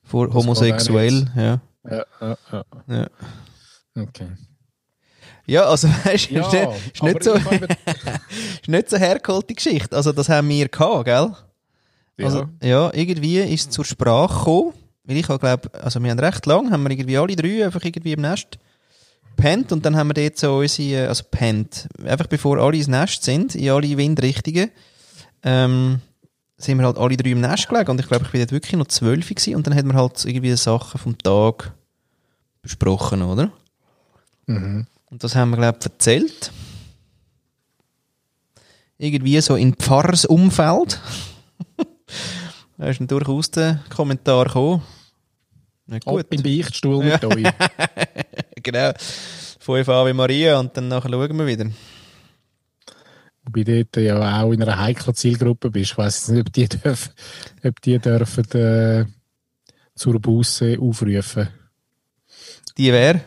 B: vor homosexuell. Ja.
A: dürfen. Ja, ja, ja.
B: Ja.
A: Okay.
B: ja, also weißt du,
A: Ja,
B: ist nicht, ist nicht so,
A: aber ich kann über-
B: ist nicht so hergeholte Geschichte. Also, das haben wir gehabt, gell?
A: Ja.
B: Also, ja, irgendwie ist es zur Sprache gekommen. Weil ich glaube, also wir haben recht lang, haben wir irgendwie alle drei einfach irgendwie im Nest pennt und dann haben wir dort so unsere, äh, also pennt, einfach bevor alle ins Nest sind, in alle Windrichtungen, ähm, sind wir halt alle drei im Nest gelegen und ich glaube, ich bin dort wirklich noch zwölf gewesen und dann haben wir halt irgendwie Sachen vom Tag besprochen, oder?
A: mhm.
B: Und das haben wir, glaube ich, erzählt. Irgendwie so in Pfarrersumfeld. da ist dann durchaus der Kommentar gekommen. Nicht
A: Ab
B: gut.
A: im Beichtstuhl mit euch.
B: Genau. Fünf Ave Maria und dann nachher schauen wir wieder.
A: Wobei du dort ja auch in einer heiklen Zielgruppe bist. Ich weiss jetzt nicht, ob die dürfen, ob die dürfen äh, zur Busse aufrufen.
B: Die wäre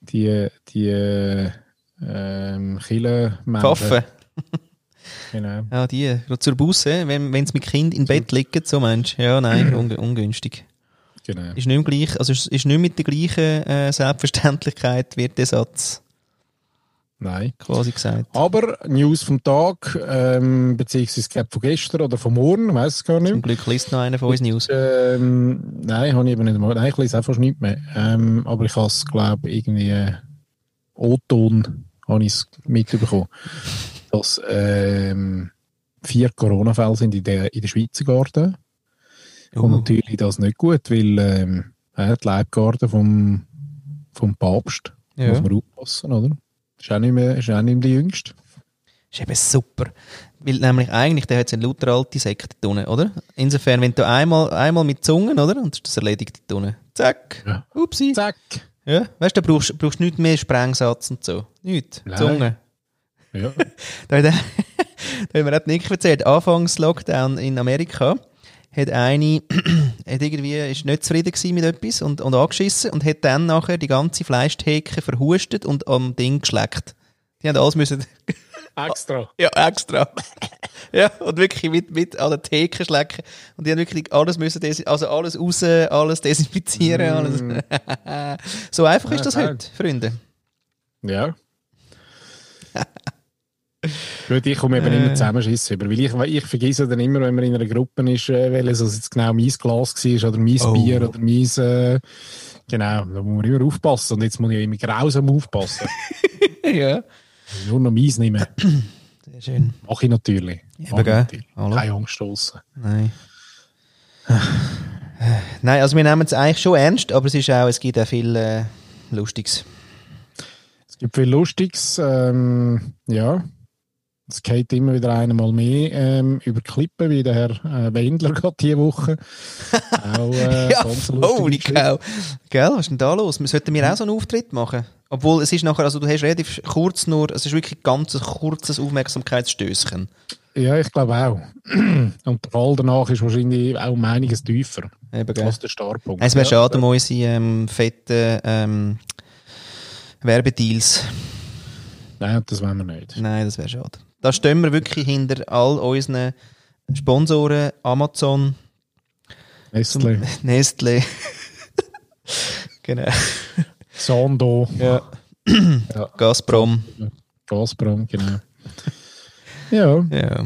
A: die, eh, die äh, ähm, Killenmenschen.
B: Pfaffe.
A: Genau.
B: Ja, die. Gerade Zur Busse, wenn es mit Kind im Bett liegt, so Mensch. Ja, nein, unge- ungünstig.
A: genau.
B: Ist nicht, mehr gleich, also ist, ist nicht mit der gleichen äh, Selbstverständlichkeit, wird der Satz
A: Nein.
B: quasi gesagt.
A: Aber News vom Tag, ähm, beziehungsweise glaub, von gestern oder von morgen, weiß es gar nicht.
B: Zum Glück liest noch einer von uns News.
A: Ähm, nein, habe ich eben nicht mal. Nein, ich lese auch fast nicht mehr. Ähm, aber ich habe es, glaube ich, irgendwie äh, O-Ton habe ich es mitbekommen, dass ähm, vier Corona-Fälle sind in der, in der Schweizer Garde. Und
B: Uh.
A: natürlich das nicht gut, weil ähm, äh, die Leibgarde vom, vom Papst muss
B: Ja.
A: man aufpassen, oder? Ist auch nicht mehr, ist auch nicht mehr die jüngste.
B: Ist eben super. Weil nämlich eigentlich, der hat jetzt eine lauter alte Sekte drin, oder? Insofern, wenn du einmal, einmal mit Zungen, oder? Und ist das erledigt dort unten. Zack.
A: Ja.
B: Upsi.
A: Zack!
B: Ja. Weißt du, da brauchst, brauchst nicht mehr Sprengsatz und so. Nicht.
A: Nein.
B: Zunge.
A: Ja,
B: Da hat, er- da hat mir auch Nick erzählt, anfangs Lockdown in Amerika hat eine hat irgendwie, ist nicht zufrieden gewesen mit etwas und, und angeschissen und hat dann nachher die ganze Fleischtheke verhustet und am Ding geschleckt. Die haben alles müssen
A: extra.
B: Ja, extra. ja, und wirklich mit, mit an der Theke schlecken. Und die haben wirklich alles müssen, desi- also alles raus, alles desinfizieren. Alles. so einfach ist das
A: Ja,
B: heute, Freunde.
A: Ja. Gut, ich komme eben immer Zusammenschiss über, weil ich, ich vergesse dann immer, wenn man in einer Gruppe ist, äh, welches also jetzt genau mein Glas war oder mein
B: Oh.
A: Bier oder mein... Äh, genau, da muss man immer aufpassen. Und jetzt muss ich immer grausam aufpassen.
B: ja.
A: Nur noch meins nehmen.
B: Sehr schön.
A: Mache ich natürlich. Mach ich
B: gell?
A: natürlich.
B: Hallo?
A: Keine Angst stoßen.
B: Nein. Nein, also wir nehmen es eigentlich schon ernst, aber es ist auch, es gibt auch viel äh, Lustiges.
A: Es gibt viel Lustiges. Ähm, ja, es geht immer wieder einmal mehr ähm, über die Klippen, wie der Herr äh, Wendler gerade diese Woche. Auch äh,
B: ja,
A: ganz eine lustige
B: holy
A: Geschichte.
B: cow. Gell, was ist denn da los? Wir sollten wir auch so einen Auftritt machen. Obwohl, es ist nachher, also du hast relativ kurz nur, es ist wirklich ganz ein kurzes Aufmerksamkeitsstößchen.
A: Ja, ich glaube auch. Und der Fall danach ist wahrscheinlich auch um einiges tiefer
B: Eben, gell.
A: als der Startpunkt.
B: Es wäre
A: Ja.
B: schade um unsere ähm, fetten ähm, Werbedeals.
A: Nein, das wollen wir nicht.
B: Nein, das wäre schade. Da stehen wir wirklich hinter all unseren Sponsoren, Amazon,
A: Nestle,
B: Nestle. genau.
A: Sando,
B: Ja. Gazprom.
A: Gazprom, genau. ja,
B: Ja.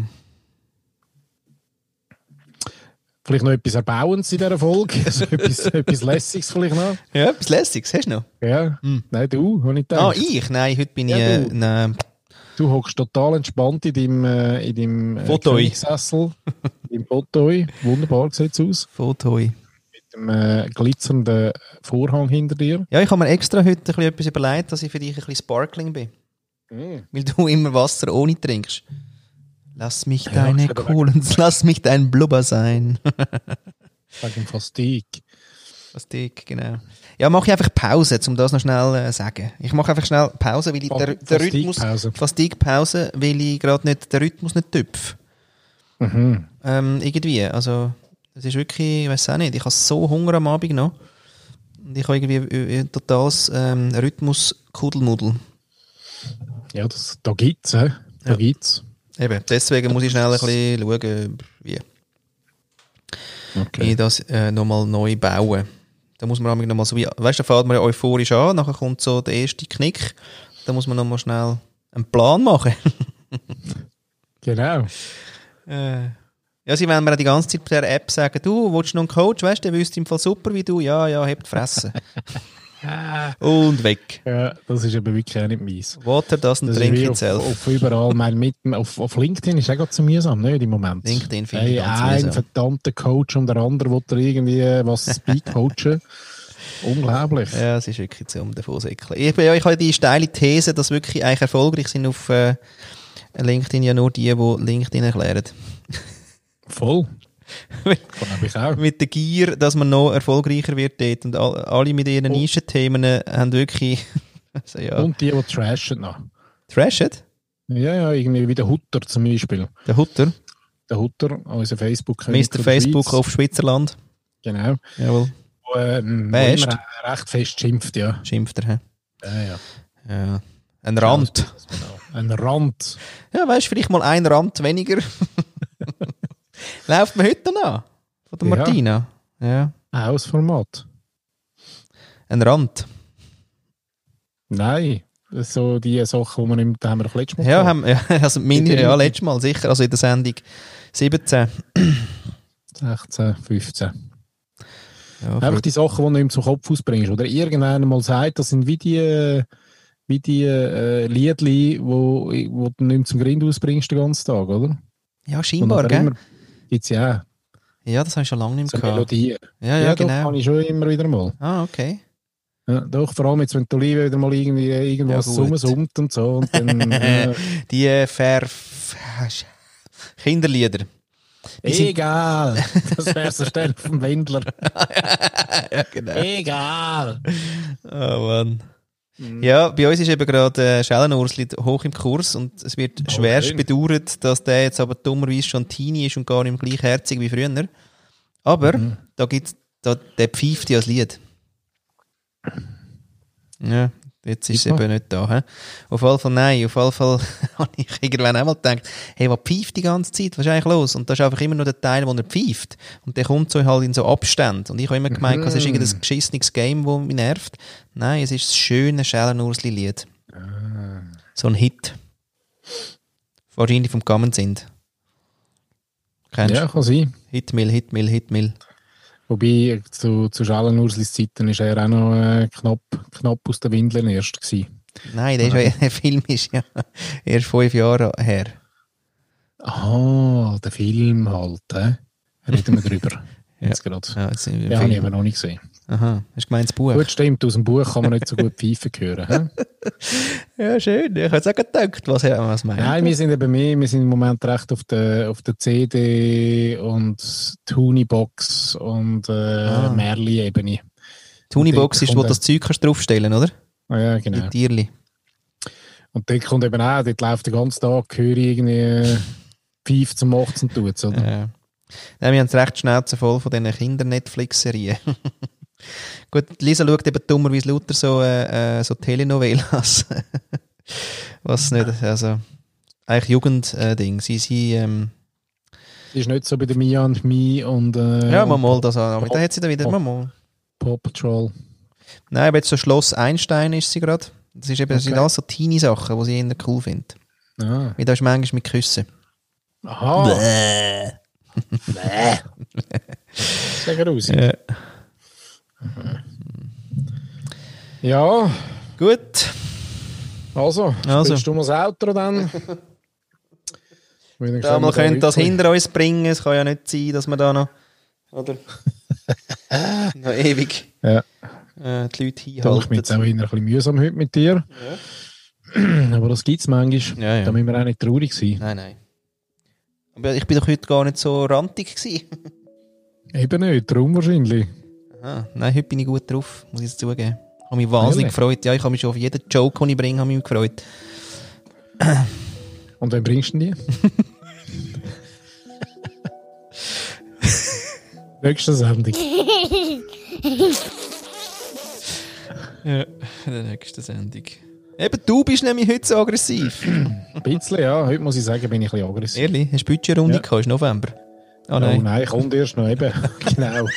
A: vielleicht noch etwas Erbauendes in dieser Folge. Also etwas, etwas Lässiges vielleicht noch.
B: Ja, etwas Lässiges hast du noch?
A: Ja, nein, du, habe ich gedacht.
B: Hm. Ah, ich? Nein, heute bin
A: Ja,
B: ich... Äh,
A: du.
B: nein.
A: Du hockst total entspannt in deinem, äh, in deinem äh,
B: Fotoi.
A: Königssessel, im Fotoi. Wunderbar sieht es aus.
B: Fotoi.
A: Mit dem äh, glitzernden Vorhang hinter dir.
B: Ja, ich habe mir extra heute ein bisschen etwas überlegt, dass ich für dich ein bisschen sparkling bin. Weil du immer Wasser ohne trinkst. Lass mich deine
A: ist aber
B: coolen, lass mich dein Blubber sein.
A: Wegen Fastig.
B: Was dick, genau. Ja, mache ich einfach Pause, um das noch schnell äh, sagen. Ich mache einfach schnell Pause, weil ich der, der Rhythmus.
A: Fastigpause.
B: Fast dick Pause, weil ich gerade nicht den Rhythmus nicht tüpfe. Ähm, irgendwie. Also, es ist wirklich, ich weiß auch nicht, ich habe so Hunger am Abend noch. Und ich habe irgendwie äh, äh, totales ähm, Rhythmus-Kudelmudel.
A: Ja, das, da gibt es. Da
B: Ja.
A: gibt's.
B: Eben, deswegen muss ich schnell ein bisschen schauen, wie
A: Okay.
B: ich das äh, nochmal neu bauen. Da muss man manchmal nochmal so wie, weißt du, da fährt man ja euphorisch an, nachher kommt so der erste Knick. Da muss man nochmal schnell einen Plan machen.
A: Genau.
B: Äh. Ja, sie wollen mir auch die ganze Zeit per App sagen, du, willst du noch einen Coach? Weißt du, der wüsste im Fall super wie du. Ja, ja, hebt fressen. Und weg.
A: Ja, das ist eben wirklich auch nicht meins.
B: Water doesn't
A: Das ist
B: drink
A: wie auf,
B: itself.
A: auf überall. mein, mit, auf, auf LinkedIn ist auch gerade zu mühsam, nicht im Moment.
B: LinkedIn finde ich
A: hey,
B: ganz
A: Ein
B: mühsam.
A: verdammter Coach und der andere will dir irgendwie äh, was coachen. Unglaublich.
B: Ja, es ist wirklich so um davon zu säckeln. Ich, bin- ja, ich habe die steile These, dass wirklich eigentlich erfolgreich sind auf äh, LinkedIn ja nur die, die LinkedIn erklären.
A: Voll. Glaube ich auch.
B: mit der Gier, dass man noch erfolgreicher wird dort. Und all, alle mit ihren
A: Oh.
B: Nischenthemen äh, haben wirklich... Also, ja.
A: Und die, die trashen noch.
B: Trashed?
A: Ja, ja, irgendwie wie der Hutter zum Beispiel.
B: Der Hutter.
A: Der Hutter, unser facebook
B: Mr. Facebook auf Schweizerland.
A: Genau.
B: Jawohl.
A: Wo, ähm, wo
B: Best.
A: immer recht fest schimpft, ja.
B: Schimpft er, hä?
A: ja, ja.
B: Ja. Ein Rand.
A: Genau. Ein Rand.
B: Ja, weißt du, vielleicht mal ein Rand weniger. Läuft mir heute noch an. Von der
A: Ja.
B: Martina. Ja.
A: Aus Format.
B: Ein Rand.
A: Nein. So die Sachen, die man nimmt, da haben wir doch letztes Mal
B: Ja,
A: gehabt.
B: haben, ja, also meine, ja, letztes Mal sicher, also in der Sendung 17.
A: 16, 15.
B: Ja,
A: Einfach die Sachen, die du ihm zum Kopf ausbringst. Oder irgendeiner mal sagt, das sind wie die, äh, wie die äh, Liedli, wo, wo du nicht zum Grind ausbringst den ganzen Tag, oder?
B: ja scheinbar, gell?
A: Gibt es ja auch.
B: Ja, das habe ich schon lange nicht
A: So
B: mehr gehabt.
A: Melodien.
B: Ja,
A: Ja,
B: ja,
A: doch,
B: genau.
A: kann ich schon immer wieder mal.
B: Ah, okay.
A: Ja, doch, vor allem jetzt, wenn die Olive wieder mal irgendwie irgendwas
B: Ja,
A: ja,
B: gut.
A: rumsummt und so. Und dann, äh,
B: Die äh, Ver... Kinderlieder. sind-
A: egal! Das wäre so schnell vom Wendler.
B: ja, genau.
A: Egal! Ah,
B: Oh Mann. Ja, bei uns ist eben gerade äh, Schellenursli hoch im Kurs und es wird schwerst
A: Oh, schön.
B: bedauert, dass der jetzt aber dummerweise schon Teenie ist und gar nicht mehr gleich herzig wie früher. Aber
A: Mhm.
B: da gibt's, da, der pfeift ja das Lied. Ja, jetzt ist es
A: Super.
B: eben nicht da. He? Auf jeden Fall nein, auf jeden Fall habe ich irgendwann auch mal gedacht, hey, was pfeift die ganze Zeit, was ist eigentlich los? Und das ist einfach immer nur der Teil, wo er pfeift. Und der kommt so halt in so Abstand. Und ich habe immer gemeint, es
A: Mhm.
B: ist irgendein geschissenes Game, das mich nervt. Nein, es
A: Ah.
B: ist das schöne Schellenursli-Lied. So ein Hit. wahrscheinlich vom Gammon sind. Kennst du?
A: Ja, kann sein.
B: Hitmill, Hitmill, Hitmill.
A: Wobei, zu, zu Schallenurslis Zeiten war er auch noch äh, knapp, knapp aus den Windeln erst. Gewesen.
B: Nein, der, ist ja, der Film ist ja erst fünf Jahre her.
A: Ah, der Film halt. Äh. Reden wir drüber.
B: Ja.
A: Jetzt gerade.
B: Ja, jetzt sind wir im
A: Den habe ich
B: Film.
A: eben noch nicht gesehen.
B: Aha, hast du gemeint das Buch?
A: Gut, stimmt, aus dem Buch kann man nicht so gut pfeifen hören. hä?
B: Ja, schön. Ich habe jetzt auch gedacht, was er was meint.
A: Nein, wir sind eben mehr, wir sind im Moment recht auf der, auf der CD und Tunibox und äh,
B: Ah.
A: Merli-Ebene.
B: Tunibox ist, wo
A: kommt
B: das Zeug kannst draufstellen, oder?
A: Ah, ja,
B: Die
A: genau.
B: Tierli.
A: Und dort kommt eben auch, dort läuft den ganzen Tag, höre ich irgendwie äh, Pfeif zum Machts und Tut's, oder?
B: Ja. Nein, wir haben recht die Schnauze voll von diesen Kinder-Netflix-Serien. Gut, Lisa schaut eben dummerweise lauter so, äh, äh, so Telenovelas. Was nicht, also eigentlich Jugendding. Sie, sie, ähm,
A: Die ist nicht so bei der Mia und Mi und äh,
B: ja, mal
A: und
B: mal das an. Aber Da hat sie dann wieder,
A: Oh.
B: mal mal.
A: Paw Patrol.
B: Nein, aber jetzt so Schloss Einstein ist sie gerade. Das ist eben, das sind
A: Okay.
B: alles so Teenie-Sachen, die sie eher cool findet.
A: Ah.
B: Wie da ist manchmal mit Küssen.
A: Aha, sehr raus.
B: Ja.
A: Ja,
B: Gut.
A: also,
B: Also.
A: also. spielst du mal das Outro dann? Wenigstens
B: Da
A: haben wir
B: mal
A: da
B: könnt das
A: wirklich-
B: hinter uns bringen. Es kann ja nicht sein, dass wir da noch. Oder? noch ewig
A: Ja.
B: äh, die Leute
A: Ich bin jetzt auch wieder
B: hinhalten.
A: ein bisschen mühsam heute mit dir. Aber das gibt es manchmal.
B: Ja, ja.
A: Da müssen wir auch nicht traurig sein.
B: Nein, nein. Aber ich bin doch heute gar nicht so rantig gewesen.
A: Eben nicht, darum wahrscheinlich.
B: Aha. Ah, Nein, heute bin ich gut drauf, muss ich jetzt zugeben. Ich habe mich wahnsinnig
A: Ehrlich?
B: gefreut. Ja, ich habe mich schon auf jeden Joke, den ich bringe, habe ich mich gefreut.
A: Und wen bringst du denn die? Nächste Sendung.
B: Ja, in der nächsten Sendung. Eben, du bist nämlich heute so aggressiv.
A: Ein bisschen, ja. Heute muss ich sagen, bin ich ein bisschen aggressiv.
B: Ehrlich, hast du Budgetrunde
A: Ja.
B: gehabt? Ist November? Ah,
A: Oh
B: nein.
A: nein. kommt erst noch eben. genau.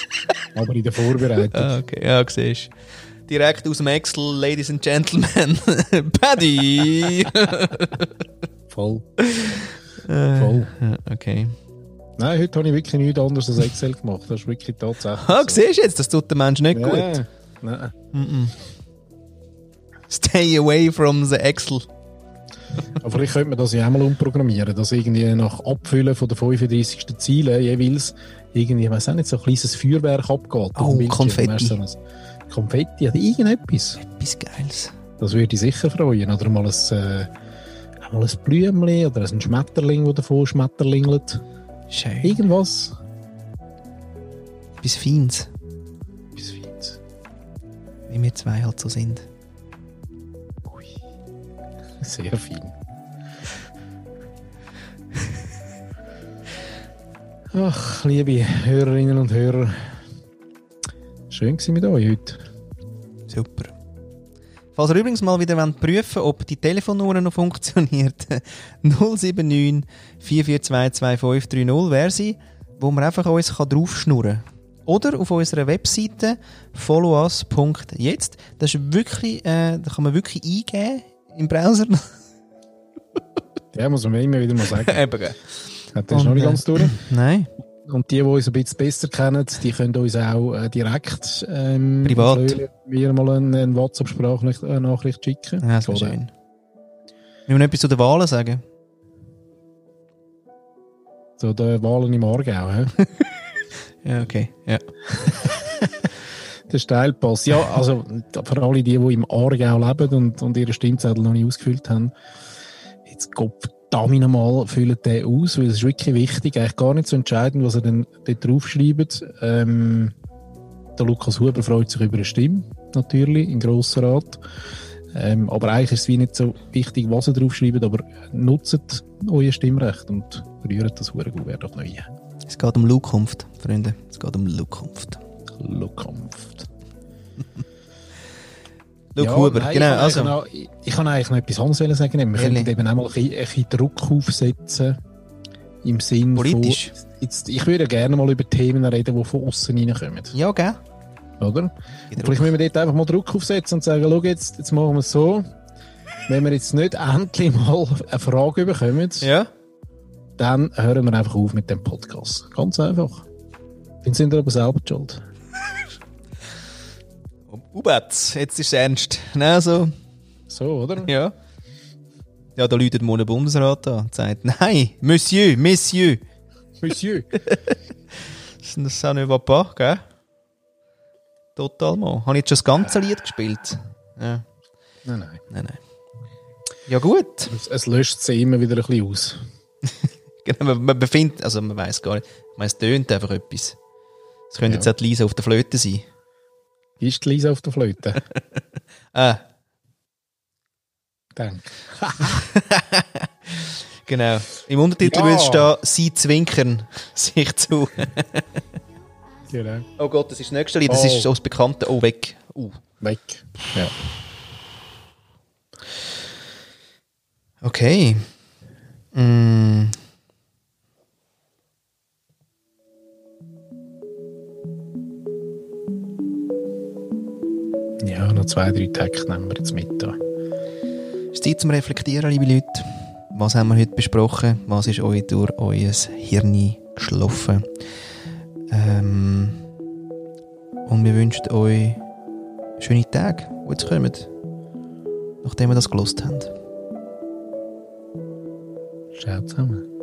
A: Aber in der Vorbereitung.
B: Ah, okay, ja, siehst Direkt aus dem Excel, Ladies and Gentlemen. Paddy!
A: Voll.
B: Eh.
A: Voll.
B: Ja, okay.
A: Nein, heute habe ich wirklich nichts anderes als Excel gemacht. Das ist wirklich tatsächlich.
B: Ah,
A: so.
B: siehst du jetzt, das tut der Mensch nicht
A: Ja.
B: gut.
A: Nein.
B: Stay away from the Excel.
A: Aber vielleicht könnte man das ja auch mal umprogrammieren, dass irgendwie nach Abfüllen von der 35. Ziele jeweils irgendwie, ich weiß auch nicht, so ein kleines Feuerwerk abgeht. auf
B: Oh,
A: dem Bildschirm.
B: Konfetti.
A: Weißt du, so ein Konfetti oder irgendetwas.
B: Bis Geiles.
A: Das würde ich sicher freuen. Oder mal ein, äh, auch mal ein Blümchen oder ein Schmetterling, der davon schmetterlingelt.
B: Schön.
A: Irgendwas.
B: Bis Feins.
A: Etwas Feines.
B: Wie wir zwei halt so sind.
A: Sehr fein. Ach, liebe Hörerinnen und Hörer, schön gewesen mit euch heute.
B: Super. Falls ihr übrigens mal wieder wollt prüfen ob die Telefonnummer noch funktioniert, 079 442 2530 wäre sie, wo man einfach uns kann draufschnurren kann. Oder auf unserer Webseite followus.jetzt. Das ist wirklich, äh, da kann man wirklich eingeben im Browser.
A: Ja, muss man immer wieder mal sagen. äh,
B: Eben.
A: Hat das noch nicht ganz durch.
B: Nein.
A: Und die, die uns ein bisschen besser kennen, die können uns auch äh, direkt ähm,
B: Privat.
A: Flöli, mir mal eine, eine WhatsApp-Sprachnachricht äh, schicken.
B: Ja, das wäre
A: Oder-
B: schön. Müssen wir noch etwas zu den Wahlen sagen?
A: So der Wahlen im Aargau. hä?
B: Ja, okay. Ja.
A: der Steilpass. Ja, also für alle die, die im Aargau leben und, und ihre Stimmzettel noch nicht ausgefüllt haben, jetzt Gott damit nochmal, füllt den aus, weil es ist wirklich wichtig, eigentlich gar nicht zu entscheiden, was ihr denn dort draufschreibt. Ähm, der Lukas Huber freut sich über eine Stimme, natürlich, im Grossen Rat. Ähm, aber eigentlich ist es wie nicht so wichtig, was ihr draufschreibt, aber nutzt euer Stimmrecht und rührt das Huren gut, wäre doch neu.
B: Es geht um Zukunft, Freunde. Es geht um Zukunft.
A: Zukunft.
B: Luke
A: Ja,
B: Huber,
A: nein,
B: genau.
A: Ich
B: Also.
A: also. noch, ich, ich kann eigentlich noch etwas anderes wollen sagen. Wir
B: Ehrlich?
A: könnten eben auch mal ein bisschen, ein bisschen Druck aufsetzen. Im Sinn
B: Politisch?
A: von. Jetzt, ich würde gerne mal über Themen reden, die von außen reinkommen.
B: Ja, gell?
A: Oder? Vielleicht müssen wir dort einfach mal Druck aufsetzen und sagen: Schau, jetzt, jetzt machen wir es so. wenn wir jetzt nicht endlich mal eine Frage bekommen,
B: Ja?
A: dann hören wir einfach auf mit dem Podcast. Ganz einfach. Dann sind wir aber selber die schuld.
B: Ubatz, jetzt ist es ernst. Nein, so.
A: So, oder?
B: Ja. Ja, da läutet mal der Bundesrat an und sagt, nein, Monsieur, Monsieur.
A: Monsieur.
B: Das ist auch nicht Papa, gell? Total mal. Habe ich jetzt schon das ganze Lied gespielt? Ja,
A: nein, nein.
B: nein, nein. Ja, gut.
A: Es, es löscht sie immer wieder ein bisschen aus.
B: Genau, man, man befindet, also man weiß gar nicht. Ich meine, es tönt einfach etwas. Es könnte
A: Ja.
B: jetzt auch die Lisa auf der Flöte sein.
A: Ist die Lisa auf der Flöte?
B: Ah,
A: Denk.
B: genau. Im Untertitel
A: Ja.
B: würde es stehen, sie zwinkern sich zu.
A: Genau.
B: Oh Gott, das ist das nächste Lied, das ist
A: Oh.
B: aus Bekannten. Oh, weg. Uh.
A: Weg. Ja.
B: Okay. Mm.
A: Ja, noch zwei, drei Tage nehmen wir jetzt mit. Da.
B: Es ist Zeit zum Reflektieren, liebe Leute. Was haben wir heute besprochen? Was ist euch durch euer Hirn geschlafen? Ähm, und wir wünschen euch schöne Tage, die jetzt kommen, nachdem wir das gelost haben.
A: Ciao zusammen.